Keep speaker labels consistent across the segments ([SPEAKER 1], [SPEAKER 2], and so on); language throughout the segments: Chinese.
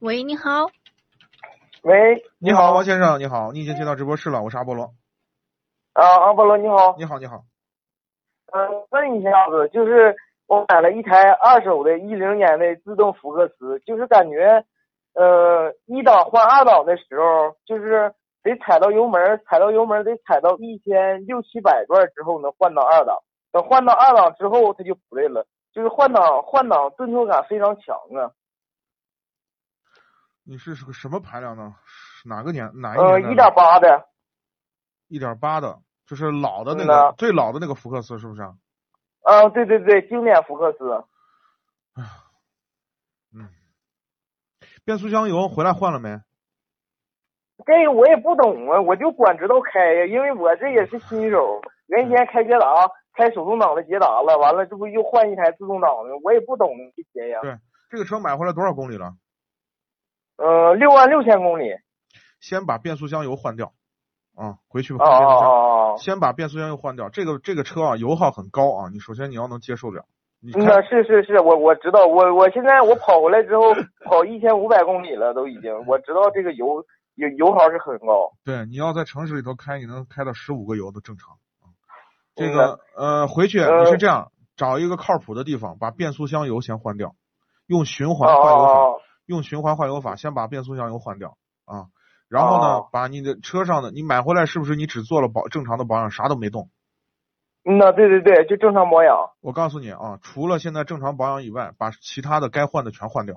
[SPEAKER 1] 喂，你好，
[SPEAKER 2] 喂，
[SPEAKER 3] 你好，王先生，你好，你已经接到直播室了，我是阿波罗。
[SPEAKER 2] 啊，阿波罗你好，
[SPEAKER 3] 你好，你好，
[SPEAKER 2] 嗯，问一下子，就是我买了一台二手的，一零年的自动福克斯，就是感觉，呃，一档换二档的时候，就是得踩到油门，踩到油门得踩到一千六七百转之后能换到二档，等换到二档之后它就不对了，就是换挡换挡顿挫感非常强啊，
[SPEAKER 3] 你是是个什么排量呢？是哪个年哪一
[SPEAKER 2] 呃，
[SPEAKER 3] 年？
[SPEAKER 2] 一点，八的，
[SPEAKER 3] 一点八的，就是老的那
[SPEAKER 2] 嗯呐
[SPEAKER 3] 个最老的那个福克斯是不是？
[SPEAKER 2] 啊，对对对，经典福克斯，
[SPEAKER 3] 变速箱油回来换了没？
[SPEAKER 2] 这个我也不懂啊，我就管知道开呀，因为我这也是新手，原先开捷达，开手动挡的捷达了，完了这不又换一台自动挡的，我也不懂这些呀。
[SPEAKER 3] 这个车买回来多少公里了？
[SPEAKER 2] 呃，六万六千公里，
[SPEAKER 3] 先把变速箱油换掉，啊，回去吧。
[SPEAKER 2] 哦
[SPEAKER 3] 换变速箱
[SPEAKER 2] 哦哦，
[SPEAKER 3] 先把变速箱油换掉。这个这个车啊，油耗很高啊，你首先你要能接受了。你
[SPEAKER 2] 嗯呐，
[SPEAKER 3] 开
[SPEAKER 2] 是是是，我我知道，我我现在我跑回来之后跑一千五百公里了，都已经，我知道这个油油油耗是很高，
[SPEAKER 3] 对，你要在城市里头开，你能开到十五个油都正常。这
[SPEAKER 2] 嗯
[SPEAKER 3] 个呃，回去
[SPEAKER 2] 呃
[SPEAKER 3] 你是这样，找一个靠谱的地方，把变速箱油先换掉，用循
[SPEAKER 2] 哦
[SPEAKER 3] 环换油法，
[SPEAKER 2] 哦
[SPEAKER 3] 用循环换油法先把变速箱油换掉啊。然后呢
[SPEAKER 2] 哦，
[SPEAKER 3] 把你的车上的你买回来是不是你只做了保正常的保养，啥都没动？
[SPEAKER 2] 嗯呐，对对对，就正常保养，
[SPEAKER 3] 我告诉你啊，除了现在正常保养以外，把其他的该换的全换掉，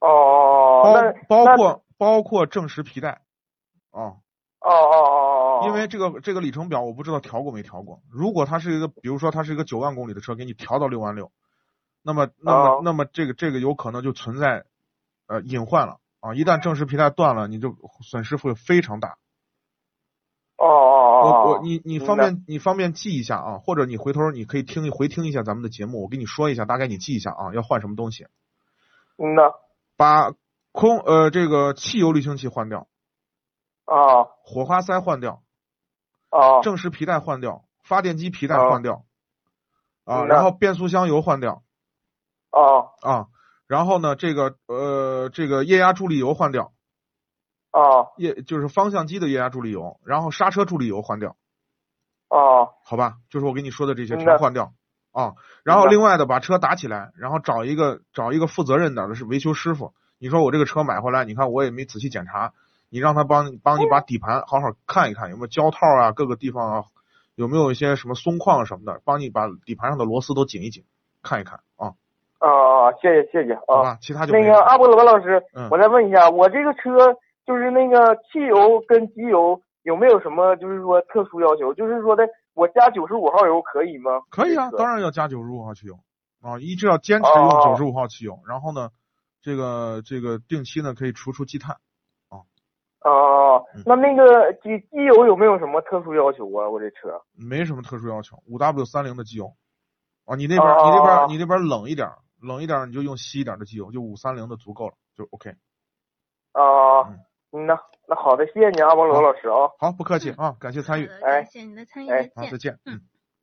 [SPEAKER 2] 哦哦
[SPEAKER 3] 包
[SPEAKER 2] 哦，那
[SPEAKER 3] 包
[SPEAKER 2] 那
[SPEAKER 3] 括包括正时皮带啊，
[SPEAKER 2] 哦哦哦哦，
[SPEAKER 3] 因为这个这个里程表我不知道调过没调过。如果它是一个，比如说它是一个九万公里的车，给你调到六万六，那么那么、
[SPEAKER 2] 哦
[SPEAKER 3] 那么这个这个有可能就存在呃隐患了啊！一旦正时皮带断了，你就损失会非常大。
[SPEAKER 2] 哦哦哦，
[SPEAKER 3] 我
[SPEAKER 2] 哦
[SPEAKER 3] 我你你
[SPEAKER 2] 明
[SPEAKER 3] 方
[SPEAKER 2] 白
[SPEAKER 3] 便你方便记一下啊，或者你回头你可以听回听一下咱们的节目，我跟你说一下，大概你记一下啊，要换什么东西，
[SPEAKER 2] 嗯呐，
[SPEAKER 3] 把空呃这个汽油滤清器换掉，
[SPEAKER 2] 啊
[SPEAKER 3] 火花塞换掉，
[SPEAKER 2] 啊
[SPEAKER 3] 正时皮带换掉，发电机皮带
[SPEAKER 2] 哦
[SPEAKER 3] 换掉，啊，
[SPEAKER 2] 嗯
[SPEAKER 3] 然
[SPEAKER 2] 那
[SPEAKER 3] 后变速箱油换掉
[SPEAKER 2] 啊
[SPEAKER 3] 啊，然后呢，这个呃，这个液压助力油换掉，
[SPEAKER 2] 啊
[SPEAKER 3] 液就是方向机的液压助力油，然后刹车助力油换掉，
[SPEAKER 2] 啊
[SPEAKER 3] 好吧，就是我跟你说的这些
[SPEAKER 2] 嗯
[SPEAKER 3] 全
[SPEAKER 2] 那
[SPEAKER 3] 换掉啊，然后
[SPEAKER 2] 那
[SPEAKER 3] 另外的把车打起来，然后找一个找一个负责任点的是维修师傅，你说我这个车买回来，你看我也没仔细检查，你让他帮你帮你把底盘好好看一看有没有胶套啊，各个地方啊有没有一些什么松旷什么的，帮你把底盘上的螺丝都紧一紧，看一看啊，
[SPEAKER 2] 啊！谢谢谢谢
[SPEAKER 3] 好
[SPEAKER 2] 啊！
[SPEAKER 3] 吧，其他就没
[SPEAKER 2] 那
[SPEAKER 3] 有
[SPEAKER 2] 个
[SPEAKER 3] 了
[SPEAKER 2] 阿波罗老师
[SPEAKER 3] 嗯，
[SPEAKER 2] 我再问一下，我这个车就是那个汽油跟机油有没有什么就是说特殊要求？就是说的我加九十五号油可以吗？
[SPEAKER 3] 可以啊，
[SPEAKER 2] 这个
[SPEAKER 3] 当然要加九十五号汽油啊，一直要坚持用
[SPEAKER 2] 哦
[SPEAKER 3] 九十五号汽油。然后呢，这个这个定期呢可以除除积碳。
[SPEAKER 2] 啊
[SPEAKER 3] 嗯。
[SPEAKER 2] 那那个机机油有没有什么特殊要求啊？我这车
[SPEAKER 3] 没什么特殊要求，五 W 三零的机油啊，你那边、
[SPEAKER 2] 哦
[SPEAKER 3] 你那边你那边冷一点儿，冷一点儿你就用稀一点儿的机油，就五三零的足够了，就 OK。
[SPEAKER 2] 啊
[SPEAKER 3] 嗯，
[SPEAKER 2] 嗯呐，那好的，谢谢你阿波罗老师啊。
[SPEAKER 3] 好，不客气啊，感谢参与，
[SPEAKER 1] 好的
[SPEAKER 2] 哎
[SPEAKER 1] 呃感谢你的参与，
[SPEAKER 2] 哎
[SPEAKER 1] 再
[SPEAKER 3] 好，
[SPEAKER 1] 见
[SPEAKER 3] 再。见，
[SPEAKER 1] 嗯
[SPEAKER 3] 嗯。